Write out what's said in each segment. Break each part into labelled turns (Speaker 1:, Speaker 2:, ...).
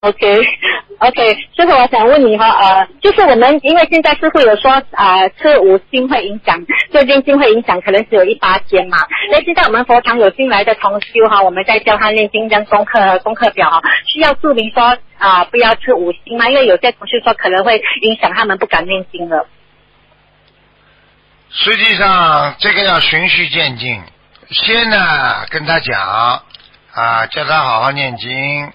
Speaker 1: OK OK，师傅，我想问你哈，呃，就是我们因为现在师傅有说啊、呃，吃五星会影响，最近经会影响，可能只有一八天嘛。那现在我们佛堂有进来的同修哈，我们在教他念经跟功课功课表哈，需要注明说啊、呃不要吃五星嘛，因为有些同修说可能会影响他们不敢念经了。
Speaker 2: 实际上这个要循序渐进，先呢跟他讲啊，叫他好好念经。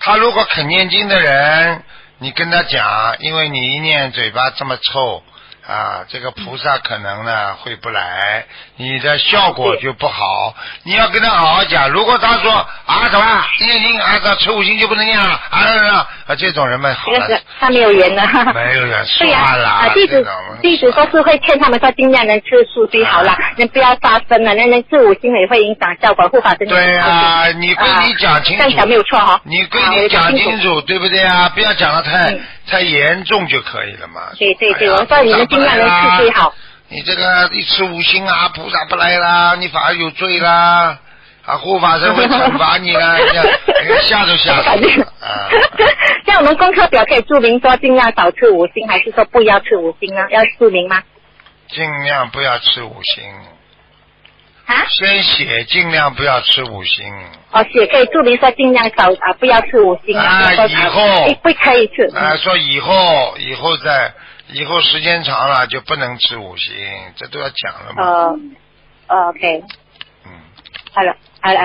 Speaker 2: 他如果肯念经的人，你跟他讲，因为你一念嘴巴这么臭啊，这个菩萨可能呢会不来，你的效果就不好。你要跟他好好讲。如果他说啊什么念经啊，这吃五经就不能念了啊啊啊，这种人们好
Speaker 1: 这个
Speaker 2: 了
Speaker 1: 是，他没有缘的。
Speaker 2: 没有人
Speaker 1: 对呀、
Speaker 2: 算了。
Speaker 1: 啊，弟
Speaker 2: 这
Speaker 1: 子
Speaker 2: 种
Speaker 1: 弟子都是会劝他们说，尽量能吃素最好啦，那不要杀生了，那那吃五星也会影响效果，护法真的。
Speaker 2: 对啊，你归你讲清
Speaker 1: 这样
Speaker 2: 楚。
Speaker 1: 讲没有错哈。
Speaker 2: 你归
Speaker 1: 啊
Speaker 2: 你讲清。
Speaker 1: 我
Speaker 2: 楚，对不对啊？不要讲的太、
Speaker 1: 嗯
Speaker 2: 太严重就可以了嘛。
Speaker 1: 对对对，
Speaker 2: 哎呀
Speaker 1: 我说你们尽量能
Speaker 2: 啊
Speaker 1: 吃最。好。
Speaker 2: 你这个一吃五星啊，菩萨不来啦，你反而有罪啦，啊，护法神会惩罚你啦， 哎呀哎呀吓都吓死
Speaker 1: 感觉
Speaker 2: 了 啊！
Speaker 1: 像我们功课表可以注明说尽量少吃五星，还是说不要吃五星呢？要注明吗？
Speaker 2: 尽量不要吃五星，
Speaker 1: 啊？
Speaker 2: 先写尽量不要吃五星。
Speaker 1: 哦，写可以注明说尽量少啊，不要吃五星
Speaker 2: 啊
Speaker 1: 说
Speaker 2: 以后
Speaker 1: 哎不可以吃。
Speaker 2: 啊，说以后以后再以后时间长了就不能吃五
Speaker 1: 哦 Uh,
Speaker 2: 星，这都要讲了嘛。
Speaker 1: 呃，OK，
Speaker 2: 嗯。
Speaker 1: 好了，好了。